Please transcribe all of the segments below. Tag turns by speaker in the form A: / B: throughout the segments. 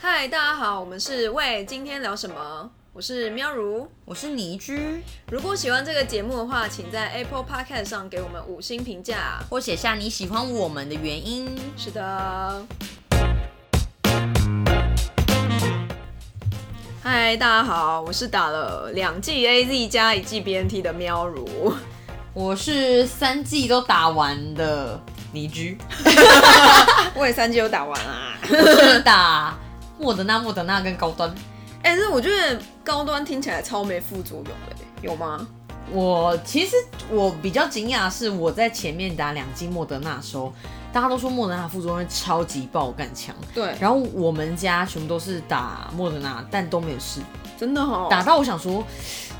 A: 嗨，大家好，我们是喂，今天聊什么？我是喵如。
B: 我是倪居，
A: 如果喜欢这个节目的话，请在 Apple Podcast 上给我们五星评价。
B: 或写下你喜欢我们的原因。
A: 是的。嗨，大家好，我是打了两季 AZ 加一季 BNT 的喵如。
B: 我是三季都打完的倪 居，
A: 我也三季都打完啦、
B: 是打啊莫德纳、莫德纳跟高端。
A: 哎、但是我觉得高端听起来超没副作用的，有吗？
B: 我其实我比较惊讶的是我在前面打两剂莫德纳的时候，大家都说莫德纳副作用超级爆干强，
A: 对，
B: 然后我们家全部都是打莫德纳，但都没有事。
A: 真的哦。
B: 打到我想说，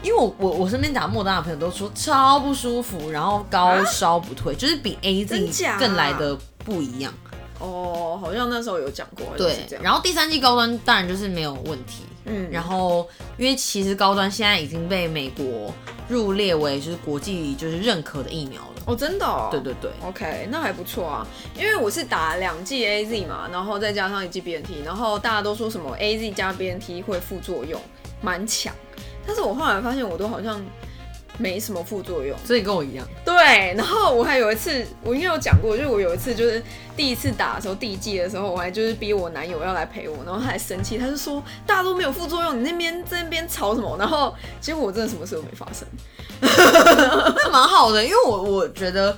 B: 因为我我我身边打莫德纳的朋友都说超不舒服，然后高烧不退，就是比 A
A: 啊真
B: Z
A: 假啊
B: 更来的不一样。
A: 哦，好像那时候有讲过，就是
B: 对
A: 这，样。
B: 然后第三季高端当然就是没有问题。
A: 嗯
B: 然后因为其实高端现在已经被美国入列为就是国际就是认可的疫苗了。
A: 哦，真的、哦，
B: 对对对，
A: OK，那还不错啊，因为我是打两剂 AZ 嘛，然后再加上一剂 BNT，然后大家都说什么 AZ 加 BNT 会副作用蛮强，但是我后来发现我都好像没什么副作用。
B: 所以跟我一样。
A: 对，然后我还有一次，我应该有讲过，就是我有一次就是第一次打的时候，第一季的时候，我还就是逼我男友要来陪我，然后他还生气，他就说大家都没有副作用，你那边在那边吵什么？然后结果我真的什么事都没发生。
B: 那蛮好的，因为我我觉得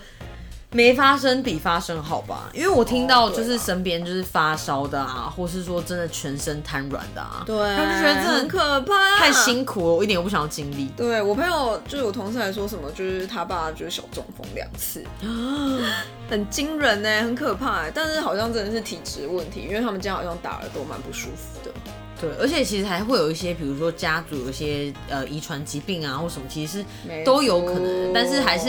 B: 没发生比发生好吧，因为我听到
A: 哦
B: 就
A: 对啊
B: 是身边就是发烧的啊，或是说真的全身瘫软的啊，
A: 对，
B: 他们就觉得
A: 很
B: 真的
A: 可怕，
B: 太辛苦了，我一点都不想要经历。
A: 对我朋友就是我同事还说什么，就是他爸就是小中风两次，
B: 啊
A: 很惊人呢、很可怕、欸。但是好像真的是体质问题，因为他们家好像打了都蛮不舒服的。
B: 对，而且其实还会有一些，比如说家族有一些呃遗传疾病啊或什么，其实
A: 没
B: 是都有可能
A: 错
B: 的，但是还是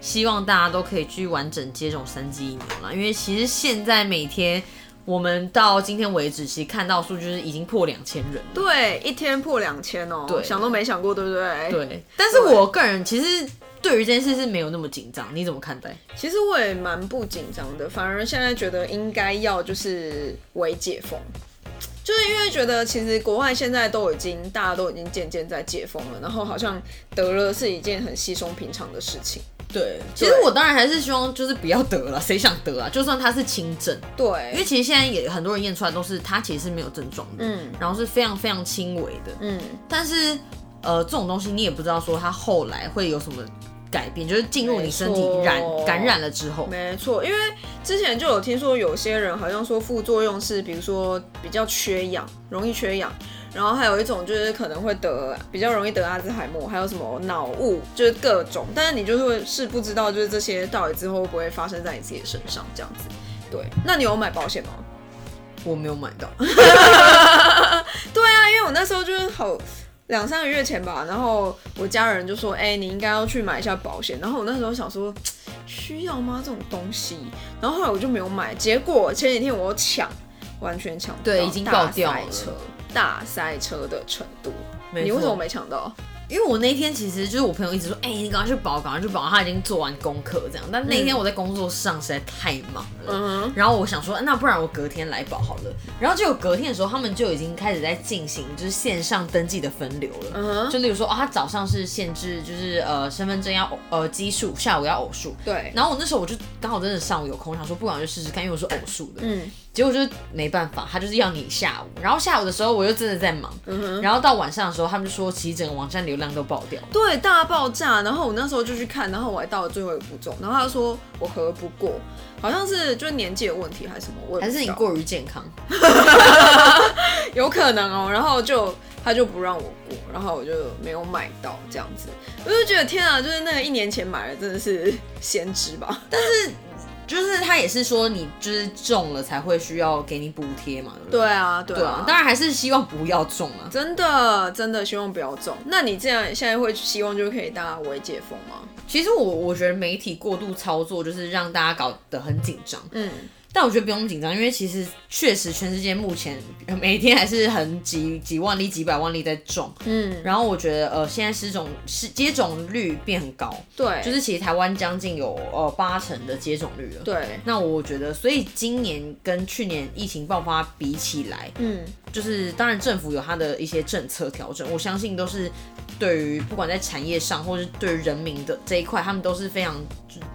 B: 希望大家都可以去完整接种三剂疫苗啦，因为其实现在每天。我们到今天为止，其实看到数据是已经破两千人了。
A: 对，一天破两千哦，
B: 对
A: 想都没想过，对不对？，
B: 对，但是我个人其实对于这件事是没有那么紧张，你怎么看待？
A: 其实我也蛮不紧张的，反而现在觉得应该要就是微解封。就是因为觉得其实国外现在都已经大家都已经渐渐在解封了，然后好像得了是一件很稀松平常的事情。
B: 对，其实我当然还是希望就是不要得了，谁想得啊？就算他是轻症，
A: 对，
B: 因为其实现在也很多人验出来都是他其实是没有症状的，
A: 嗯
B: 然后是非常非常轻微的，
A: 嗯，
B: 但是呃，这种东西你也不知道说他后来会有什么改变，就是进入你身体
A: 没错
B: 染感染了之后，
A: 没错，因为之前就有听说有些人好像说副作用是，比如说比较缺氧，容易缺氧，然后还有一种就是可能会得比较容易得阿兹海默，还有什么脑雾，就是各种，但是你就是会是不知道就是这些到底之后会不会发生在你自己的身上这样子。对，那你有买保险吗？
B: 我没有买 到，
A: 对啊，因为我那时候就是好两三个月前吧，然后我家人就说：“哎、你应该要去买一下保险。”然后我那时候想说，需要吗这种东西？然后后来我就没有买，结果前几天我又抢，完全抢不到
B: 对已经爆掉
A: 大
B: 了
A: 塞车，大塞车的程度。
B: 没
A: 你为什
B: 错
A: 么没抢到？
B: 因为我那天其实就是我朋友一直说，哎、你赶快去保，赶快去保，他已经做完功课这样。但那天我在工作上实在太忙了，
A: 嗯
B: 然后我想说，那不然我隔天来保好了。然后结果隔天的时候，他们就已经开始在进行就是线上登记的分流了。
A: 嗯哼，
B: 就例如说，啊、他早上是限制，就是呃身份证要偶呃奇数，下午要偶数。
A: 对，
B: 然后我那时候我就刚好真的上午有空，想说不管我就试试看，因为我是偶数的。
A: 嗯
B: 结果就是没办法，他就是要你下午。然后下午的时候我又真的在忙，
A: 嗯哼。
B: 然后到晚上的时候，他们就说其实整个网站流量都爆掉。
A: 对，大爆炸。然后我那时候就去看，然后我还到了最后一个步骤，然后他说我合不过，好像是就是年纪的问题还是什么，啊我也
B: 还
A: 不
B: 是
A: 知
B: 你
A: 道
B: 过于健康？
A: 有可能哦。然后就他就不让我过，然后我就没有买到这样子。我就觉得天啊，就是那个一年前买的真的是先知吧？
B: 就是他也是说你就是中了才会需要给你补贴嘛，对不对？
A: 对啊，对
B: 对啊
A: 啊，，
B: 当然还是希望不要中啊。
A: 真的真的希望不要中。那你这样现在会希望就可以大家微解封吗？
B: 其实我我觉得媒体过度操作就是让大家搞得很紧张，
A: 嗯，
B: 但我觉得不用紧张，因为其实确实全世界目前呃每天还是很几几万例、几百万例在中。
A: 嗯，
B: 然后我觉得呃，现在失种是接种率变很高，
A: 对，
B: 就是其实台湾将近有呃八成的接种率了。
A: 对，
B: 那我觉得，所以今年跟去年疫情爆发比起来，
A: 嗯，
B: 就是当然政府有它的一些政策调整，我相信都是对于不管在产业上或是对于人民的这一块，他们都是非常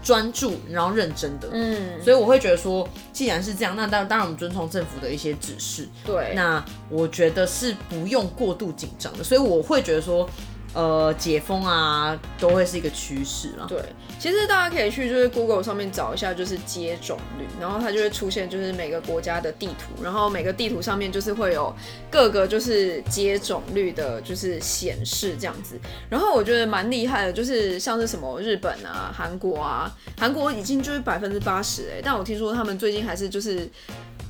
B: 专注然后认真的。
A: 嗯，
B: 所以我会觉得说，既然是这样，那当当然我们遵从政府的一些指示，
A: 对，
B: 那我觉得是不用过度紧张的。所以我会觉得说，呃，解封啊，都会是一个趋势啦。
A: 对，其实大家可以去就是 Google 上面找一下，就是接种率，然后它就会出现就是每个国家的地图，然后每个地图上面就是会有各个就是接种率的，就是显示这样子。然后我觉得蛮厉害的，就是像是什么日本啊、韩国啊，韩国已经就是百分之八十哎，但我听说他们最近还是就是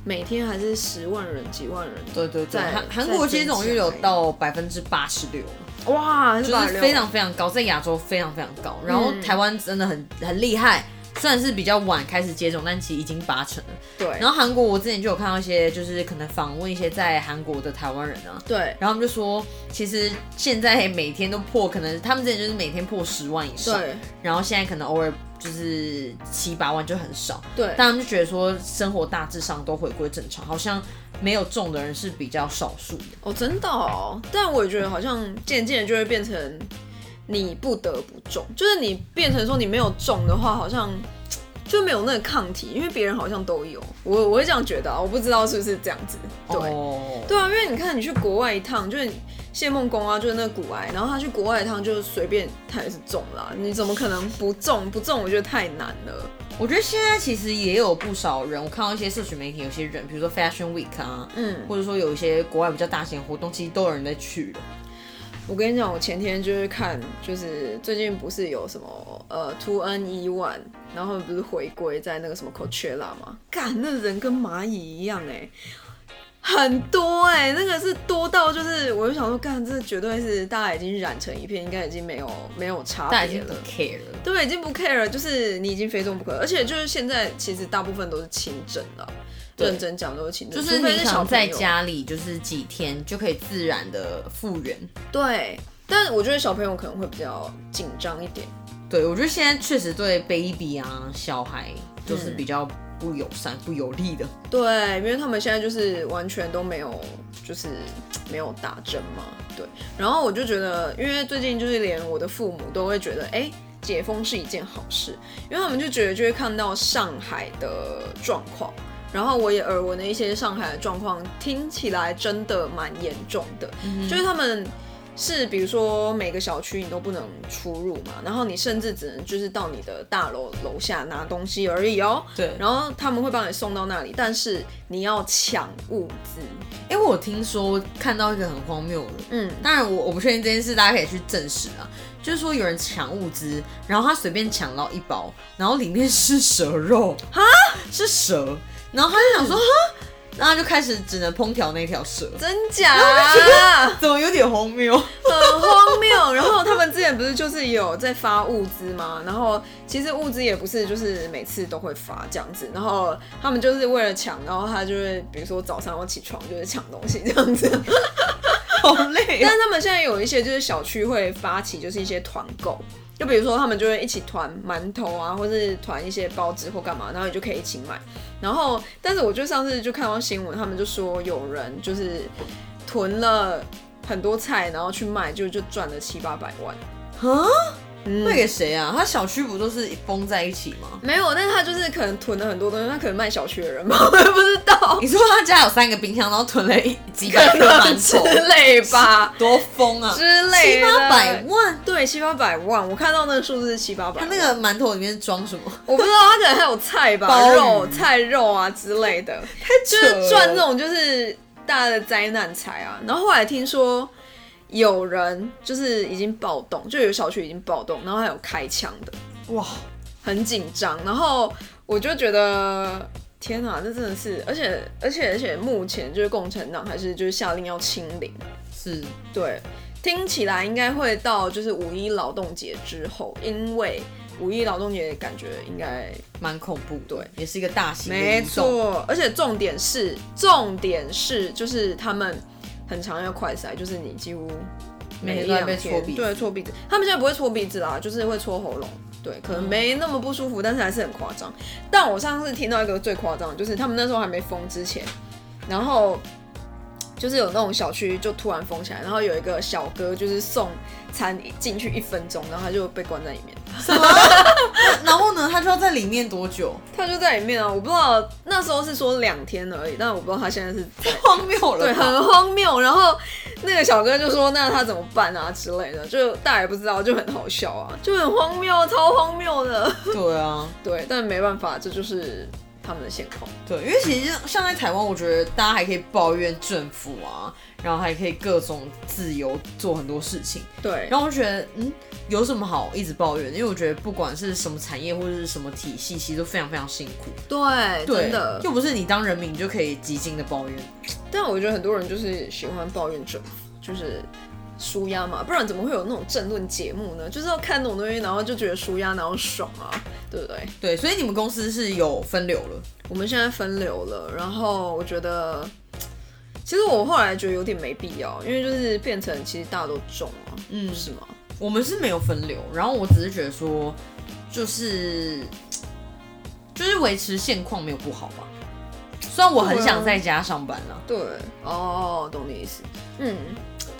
A: 每天还是十万人、几万人，
B: 对对对，
A: 在
B: 韩韩
A: 在
B: 国
A: 增
B: 接种率
A: 加
B: 有到百分之八十六，
A: 哇，
B: 就
A: 160
B: 是非常非常高，在亚洲非常非常高。然后
A: 嗯
B: 台湾真的很很厉害，虽然是比较晚开始接种，但其实已经八成了。
A: 对
B: 然后韩国，我之前就有看到一些，就是可能访问一些在韩国的台湾人啊，
A: 对
B: 然后他们就说，其实现在每天都破，可能他们之前就是每天破十万以上，
A: 对
B: 然后现在可能偶尔就是七八万就很少，
A: 对
B: 但他们就觉得说生活大致上都回归正常，好像没有中的人是比较少数的。
A: 哦，真的哦，但我觉得好像渐渐就会变成你不得不中，就是你变成说你没有中的话，好像就没有那个抗体，因为别人好像都有，我我会这样觉得啊，我不知道是不是这样子，对。
B: 哦
A: 对啊，因为你看，你去国外一趟，就是谢梦公啊，就是那个骨癌，然后他去国外一趟，就随便他也是中啦，你怎么可能不中？不中，我觉得太难了。
B: 我觉得现在其实也有不少人，我看到一些社群媒体，有些人，比如说 Fashion Week 啊，
A: 嗯，
B: 或者说有一些国外比较大型的活动，其实都有人在去了。
A: 我跟你讲，我前天就是看，就是最近不是有什么呃 Two N 一 One，然后不是回归在那个什么 Coachella 吗？干，那人跟蚂蚁一样哎、很多哎、那个是多到就是，我就想说，干，这绝对是大家已经染成一片，应该已经没有没有差
B: 大家已
A: 别
B: 经不
A: 了。
B: care 了。
A: 对，已经不 care 了，就是你已经非中不可，而且就是现在其实大部分都是轻症了，
B: 对
A: 认真讲都是轻症，
B: 就是
A: 除非
B: 你
A: 是小
B: 想在
A: 朋友
B: 家里，就是几天就可以自然的复原。
A: 对，但我觉得小朋友可能会比较紧张一点，
B: 对我觉得现在确实对 baby 啊小孩就是比较不友善、不有利的。
A: 对，因为他们现在就是完全都没有，就是没有打针嘛，对。然后我就觉得，因为最近就是连我的父母都会觉得，哎、解封是一件好事，因为他们就觉得就会看到上海的状况。然后我也耳闻了一些上海的状况，听起来真的蛮严重的，就是他们是比如说每个小区你都不能出入嘛，然后你甚至只能就是到你的大楼楼下拿东西而已哦。
B: 对，
A: 然后他们会帮你送到那里，但是你要抢物资。
B: 因为我听说看到一个很荒谬的，
A: 嗯，
B: 当然我我不确定这件事，大家可以去证实啊。就是说有人抢物资，然后他随便抢到一包，然后里面 是蛇肉，哈， 嗯是蛇，然后他就想说，哈，然后他就开始只能烹调那条蛇，
A: 真假？
B: 怎么有点荒谬？
A: 很荒谬。然后他们之前不是就是有在发物资吗？然后其实物资也不是就是每次都会发这样子，然后他们就是为了抢，然后他就会比如说早上要起床就是抢东西这样子。
B: 好累、啊
A: 但是他们现在有一些就是小区会发起就是一些团购，就比如说他们就会一起团馒头啊，或是团一些包子或干嘛，然后你就可以一起买。然后，但是我就上次就看到新闻，他们就说有人就是囤了很多菜，然后去卖，就就赚了七八百万。
B: 啊，
A: 嗯
B: 卖给谁啊？他小区不都是封在一起吗？
A: 没有，但是他就是可能囤了很多东西，他可能卖小区的人吧， 我也不知道，
B: 你说他家有三个冰箱，然后囤了一几百
A: 可
B: 颗
A: 能
B: 馒
A: 之
B: 头，
A: 类吧，
B: 多疯啊！
A: 之类
B: 七
A: 的
B: 八百，万，
A: 对，七八百万，我看到那个数字是七八百
B: 他
A: 万。
B: 那个馒头里面装什么？
A: 我不知道，他可能还有菜吧，
B: 鲍鱼
A: 肉、菜肉啊之类的，就
B: 扯了
A: 是赚这种就是大的灾难财啊。然后后来听说有人就是已经暴动，就有小区已经暴动，然后还有开枪的，
B: 哇，
A: 很紧张。然后我就觉得。天哪，这真的是，而且而且而且，目前就是共产党还是就是下令要清零，
B: 是
A: 对，听起来应该会到就是五一劳动节之后，因为五一劳动节感觉应该
B: 蛮恐怖的，
A: 对
B: 也是一个大型的
A: 没
B: 移动，
A: 错，而且重点是，重点是就是他们很常要快塞，就是你几乎
B: 每
A: 一
B: 天都在
A: 两
B: 被
A: 天
B: 戳鼻子
A: 对，戳鼻子。他们现在不会戳鼻子啦，就是会戳喉咙。对，可
B: 嗯
A: 能没那么不舒服，但是还是很夸张。但我上次听到一个最夸张的，就是他们那时候还没封之前，然后就是有那种小区就突然封起来，然后有一个小哥就是送餐进去一分钟，然后他就被关在里面。
B: 然后呢，他就要在里面多久？
A: 他就在里面啊，我不知道那时候是说两天而已，但我不知道他现在是在
B: 荒谬了
A: 对，
B: 吧，
A: 很荒谬。然后那个小哥就说：“那他怎么办啊？”之类的，就大家也不知道，就很好笑啊，就很荒谬，超荒谬的。
B: 对啊，
A: 对，但没办法，这就是他们的现况。
B: 对，因为其实像在台湾，我觉得大家还可以抱怨政府啊，然后还可以各种自由做很多事情，
A: 对，
B: 然后我就觉得嗯，有什么好一直抱怨的？因为我觉得不管是什么产业或者是什么体系，其实都非常非常辛苦，
A: 对，
B: 对
A: 真的。
B: 又不是你当人民你就可以极尽的抱怨，
A: 但我觉得很多人就是喜欢抱怨政府，就是舒压嘛，不然怎么会有那种政论节目呢？就是要看那种东西，然后就觉得舒压，然后爽啊，对不对？
B: 对，所以你们公司是有分流了，
A: 我们现在分流了，然后我觉得，其实我后来觉得有点没必要，因为就是变成其实大家都中了，嗯，是吗？
B: 我们是没有分流，然后我只是觉得说，就是就是维持现况没有不好吧，虽然我很
A: 对啊
B: 想在家上班啦。
A: 对，哦，懂你意思，嗯，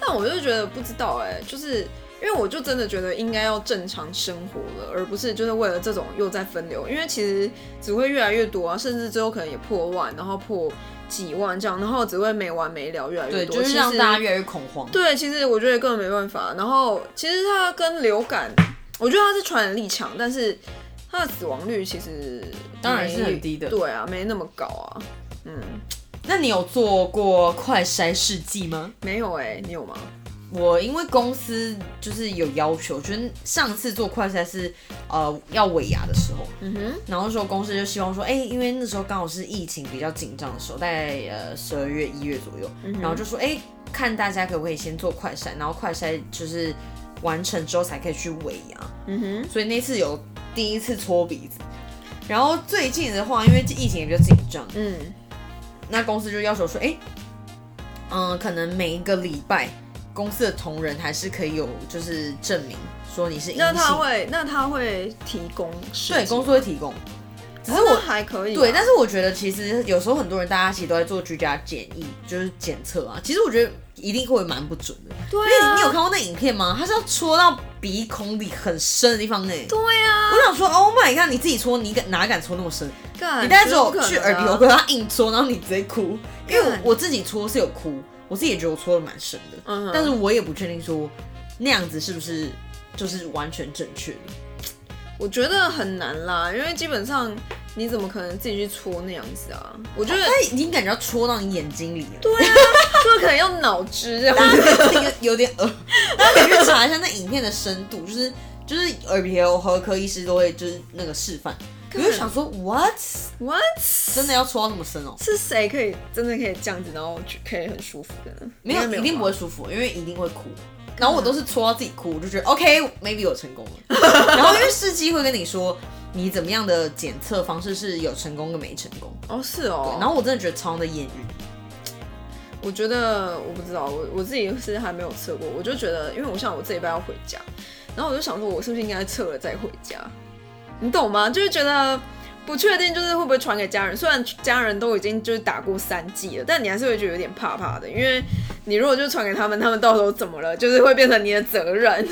A: 但我就觉得不知道、哎，就是因为我就真的觉得应该要正常生活了，而不是就是为了这种又在分流，因为其实只会越来越多啊，甚至之后可能也破万，然后破几万这样，然后只会没完没了，越来越
B: 对，
A: 多，
B: 就是
A: 其
B: 让
A: 实
B: 大家越来越恐慌。
A: 对，其实我觉得根本没办法。然后其实它跟流感，我觉得它是传染力强，但是它的死亡率其实
B: 当然
A: 没
B: 是很低的
A: 对啊，没那么高啊。
B: 那你有做过快筛试剂吗？
A: 没有哎、你有吗？
B: 我因为公司就是有要求，就是上次做快筛是呃要尾牙的时候，
A: 嗯哼，
B: 然后说公司就希望说，哎、因为那时候刚好是疫情比较紧张的时候，大概呃十二月一月左右，
A: 嗯
B: 然后就说，哎、看大家可不可以先做快筛，然后快筛就是完成之后才可以去尾牙，
A: 嗯哼，
B: 所以那次有第一次搓鼻子。然后最近的话，因为疫情也比较紧张，
A: 嗯，
B: 那公司就要求说，哎、嗯、可能每一个礼拜，公司的同仁还是可以有就是证明说你是阴性，
A: 那他会，那他会提供试剂，
B: 对公司会提供。只
A: 哦，
B: 是我、
A: 那还可以啊，
B: 对，但是我觉得其实有时候很多人大家其实都在做居家检疫，就是检测啊。其实我觉得一定会蛮不准的，
A: 对
B: 因为
A: 啊，
B: 你有看过那影片吗？它是要戳到鼻孔里很深的地方呢。
A: 对啊，
B: 我想说，Oh my god！你自己戳，你敢哪敢戳那么深？
A: 干
B: 你大概只
A: 绝对不
B: 有
A: 可能
B: 去
A: 啊
B: 耳鼻喉科，他硬戳，然后你直接哭。因为
A: 干
B: 我我自己戳是有哭，我自己也觉得我戳的蛮深的，
A: 嗯哼
B: 但是我也不确定说那样子是不是就是完全正确的。
A: 我觉得很难啦，因为基本上你怎么可能自己去戳那样子啊？我觉得
B: 他已经感觉要戳到你眼睛里了， 对，
A: 这可能要脑汁这样
B: 大
A: 子。
B: 家可以有点恶。大家可以去查一下那影片的深度，就是就是耳鼻喉科医师都会就是那个示范。我就想说，what？
A: What？
B: 真的要戳到那么深哦？
A: 是谁可以真的可以这样子，然后就可以很舒服的呢？
B: 没
A: 应该
B: 有，
A: 没有嗯
B: 一
A: 吧
B: 定不会。舒服，因为一定会哭。然后我都是戳到自己哭，我就觉得 OK，maybe 我 成功了。然后因为司机会跟你说你怎么样的检测方式是有成功跟没成功。
A: 哦，是哦。
B: 然后我真的觉得超的艳遇，
A: 我觉得我不知道，我我自己是还没有测过，我就觉得，因为我像我这礼拜要回家，然后我就想说，我是不是应该测了再回家？你懂吗？就是觉得不确定，就是会不会传给家人。虽然家人都已经就是打过三剂了，但你还是会觉得有点怕怕的，因为你如果就传给他们，他们到时候怎么了，就是会变成你的责任。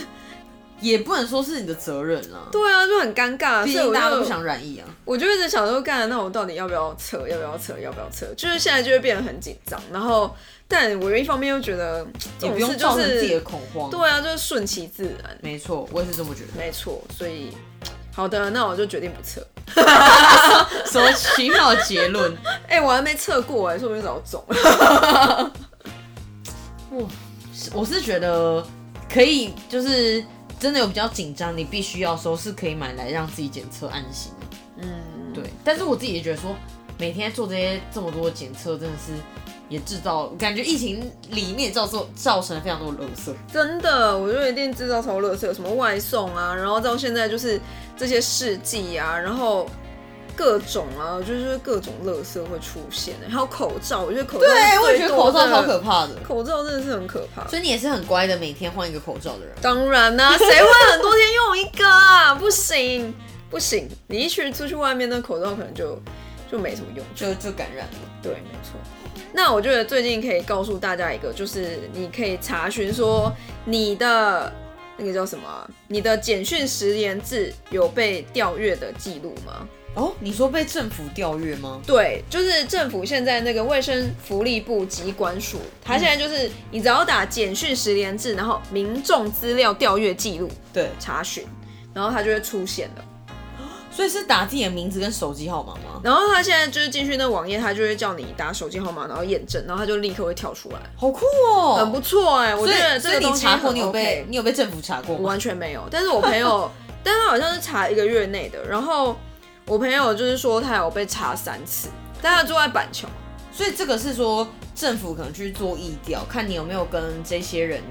B: 也不能说是你的责任啊，
A: 对啊，就很尴尬。
B: 毕
A: 所以我
B: 竟大家
A: 就
B: 都不想染疫啊。
A: 我就一直想说，干，那我到底要不要测？要不要测？要不要测？就是现在就会变得很紧张，然后，但我又一方面又觉得嗯这
B: 也
A: 种
B: 不
A: 事
B: 用
A: 就
B: 造成自己的
A: 是，
B: 恐慌。
A: 对啊，就是顺其自然，
B: 没错，我也是这么觉 得。
A: 没错。所以，好的，那我就决定不测。
B: 什么奇妙的结论？
A: 哎、我还没测过哎、说不定早中了。
B: 哇，是我是觉得可以，就是真的有比较紧张，你必须要的时候是可以买来让自己检测安心的。
A: 嗯，
B: 对，但是我自己也觉得说，每天做这些这么多检测，真的是也制造感觉疫情里面造成造成了非常多的垃圾。
A: 真的，我就一定制造超垃圾，有什么外送啊，然后到现在就是这些事迹啊，然后各种啊，就是各种垃圾会出现，欸还有口罩，我觉得口罩
B: 对，
A: 是
B: 我
A: 最
B: 也觉得
A: 多
B: 口罩
A: 的
B: 超可怕的。
A: 口罩真的是很可怕。
B: 所以你也是很乖的，每天换一个口罩的人。
A: 当然啦、谁会很多天用一个啊？不行，不行，你一去出去外面，那口罩可能就就没什么用。
B: 就就感染了，
A: 对，没错。那我觉得最近可以告诉大家一个，就是你可以查询说你的那个叫什么啊、你的简讯十连字有被调阅的记录吗？
B: 哦，你说被政府调阅吗？
A: 对，就是政府现在那个卫生福利部机关署，它现在就是你只要打简讯十连字，然后民众资料调阅记录
B: 对，
A: 查询，然后它就会出现了。
B: 所以是打自己的名字跟手机号码吗？
A: 然后它现在就是进去那网页，它就会叫你打手机号码，然后验证，然后它就立刻会跳出来。
B: 好酷哦！
A: 很不错哎、我
B: 所
A: 觉
B: 以
A: 得
B: 所
A: 这个
B: 以你
A: 东西
B: 查过，
A: 很
B: 你有被
A: OK
B: 你有被政府查过
A: 我
B: 吗？
A: 完全没有，但是我朋 友，但他好像是查一个月内的，然后我朋友就是说他有被查三次，但他住在板桥，
B: 所以这个是说政府可能去做意调，看你有没有跟这些人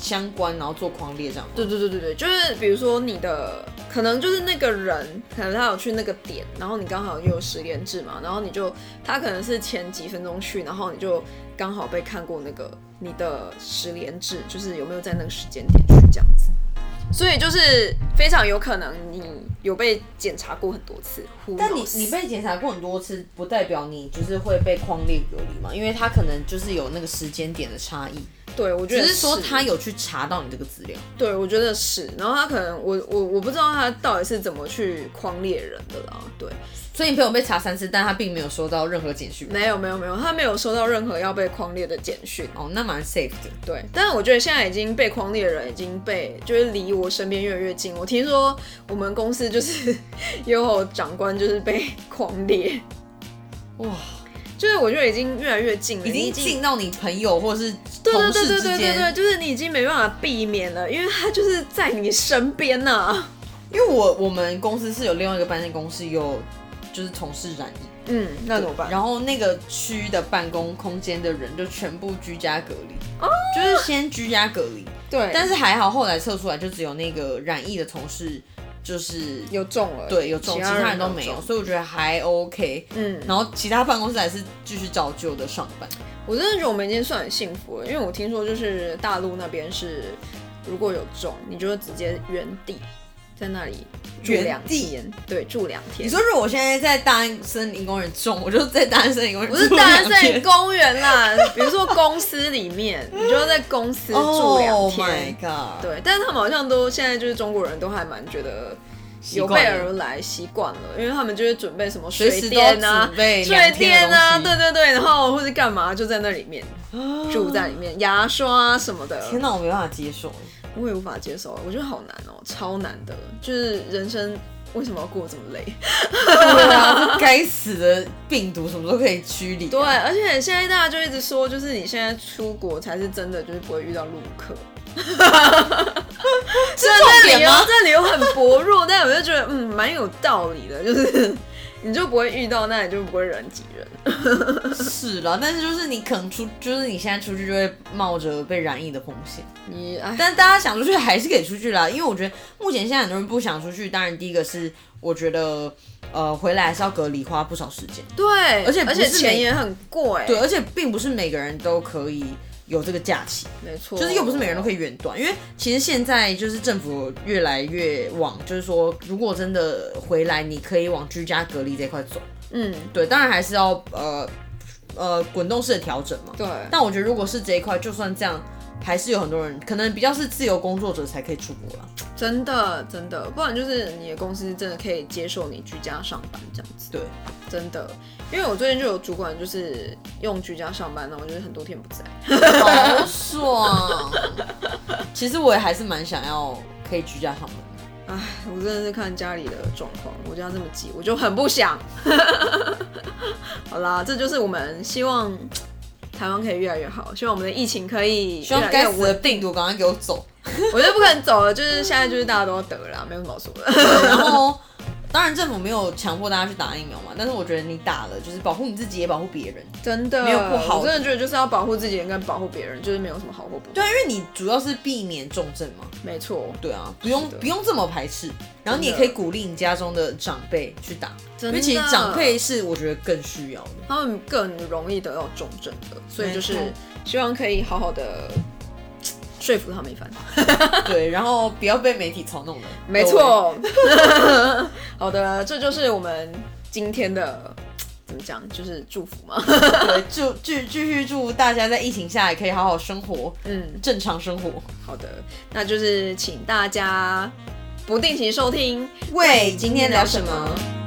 B: 相关，然后做框列这样吗。
A: 对对对对对，就是比如说你的可能就是那个人，可能他有去那个点，然后你刚好又有十连制嘛，然后你就他可能是前几分钟去，然后你就刚好被看过那个你的十连制，就是有没有在那个时间点去这样子，所以就是非常有可能你有被检查过很多次，who
B: 但你
A: knows
B: 你被检查过很多次，不代表你就是会被框列隔离嘛，因为他可能就是有那个时间点的差异，
A: 对我觉
B: 只
A: 得
B: 是说他有去查到你这个资料。
A: 对我觉得是，然后他可能我我我不知道他到底是怎么去框列人的啦，对。
B: 所以你朋友被查三次，但他并没有收到任何简讯。
A: 没有没有没有，他没有收到任何要被框列的简讯。
B: 哦，那蛮 safe 的。
A: 对，但是我觉得现在已经被框列的人已经被就是离我身边越来越近。我听说我们公司就是也有长官就是被框列，
B: 哇，
A: 就是我觉得已经越来越近了，
B: 已
A: 你
B: 经进到你朋友或是
A: 对
B: 同
A: 对对
B: 事
A: 对
B: 之
A: 对对对，，
B: 间
A: 就是你已经没办法避免了，因为他就是在你身边啊呢、
B: 因为我我们公司是有另外一个办公室有就是同事染疫，
A: 嗯，那怎么办？
B: 然后那个区的办公空间的人就全部居家隔离，就是先居家隔离，
A: 对，
B: 但是还好后来测出来就只有那个染疫的同事就是
A: 有中了，
B: 对有中，其他人都没有，
A: 中
B: 所以我觉得还 OK。
A: 嗯，
B: 然后其他办公室还是继续照旧的上班。
A: 我真的觉得我们已经算很幸福了，因为我听说就是大陆那边是，如果有种，你就直接原地在那里住
B: 原
A: 两
B: 地
A: 天，对，住两天。
B: 你说如果我现在在大安森林公园种，我就在大安森林公园
A: 不是
B: 住
A: 大
B: 两
A: 家在
B: 天
A: 公园啦，比如说公司里面，你就在公司住两
B: Oh
A: 天。
B: my god！
A: 对，但是他们好像都现在就是中国人都还蛮觉得有备
B: 惯了
A: 而来，习惯了，因为他们就是准备什么
B: 随
A: 水
B: 时都要
A: 电啊
B: 准、备
A: 水
B: 两
A: 电
B: 天的
A: 啊，
B: 东
A: 对
B: 西。
A: 对对，然后或者干嘛就在那里面
B: 啊
A: 住在里面，牙刷啊什么的。
B: 天哪，我没办法接 受。
A: 我也无法接受，我觉得好难哦，超难的，就是人生为什么要过得这么 累？
B: 对啊，该死的病毒什么时候可以驱离啊？
A: 对，而且现在大家就一直说，就是你现在出国才是真的，就是不会遇到陆客。 虽然
B: 重
A: 这
B: 点
A: 理由
B: 吗
A: 这理由很薄弱，但我就觉得嗯蛮有道理的，就是你就不会遇到，那你就不会人挤人。
B: 是啦，但是就是你可能出，就是你现在出去就会冒着被染疫的风险。
A: 你哎，
B: 但大家想出去还是可以出去啦，因为我觉得目前现在很多人不想出去。当然，第一个是我觉得呃回来还是要隔离，花不少时间。
A: 对，
B: 而且不
A: 而且
B: 是
A: 钱
B: 每
A: 也很贵，
B: 对，，而且并不是每个人都可以有这个假期。
A: 没错，
B: 就是又不是每个人都可以远端，因为其实现在就是政府越来越往，就是说如果真的回来，你可以往居家隔离这块走。
A: 嗯，
B: 对，当然还是要呃呃滚动式的调整嘛。
A: 对，
B: 但我觉得如果是这一块，就算这样，还是有很多人可能比较是自由工作者才可以出国啦。
A: 真的真的，不然就是你的公司真的可以接受你居家上班这样子。
B: 对，
A: 真的，因为我最近就有主管就是用居家上班，然后就是很多天不在。
B: 好爽。 其实我也还是蛮想要可以居家上班的。
A: 唉，我真的是看家里的状况，我家这么急，我就很不想。 好啦，这就是我们希望台湾可以越来越好，希望我们的疫情可以
B: 希
A: 越
B: 望
A: 来越
B: 该死的
A: 稳。
B: 病毒赶快啊给我走。
A: 我觉得不可能走了，就是现在就是大家都要得了啦，没有什么好说的。
B: 然后当然政府没有强迫大家去打疫苗嘛，但是我觉得你打了就是保护你自己也保护别人。
A: 真的
B: 没有不好
A: 我真的觉得就是要保护自己跟保护别人，就是没有什么好或不好。
B: 对啊，因为你主要是避免重症嘛。
A: 没错，
B: 对啊，不用
A: 是的
B: 不用这么排斥，然后你也
A: 真的
B: 可以鼓励你家中的长辈去打，因
A: 真的
B: 为其实长辈是我觉得更需要的。
A: 他们更容易得到重症的，所以就
B: 没
A: 是
B: 错
A: 希望可以好好的说服他们一番。
B: 对，然后不要被媒体操弄了。
A: 没
B: 各位，
A: 错， 好的，这就是我们今天的怎么讲，就是祝福 嘛。
B: 对，祝继继续祝大家在疫情下也可以好好生活，
A: 嗯，
B: 正常生活。
A: 好的，那就是请大家不定期收听。
B: 喂，今天聊什么？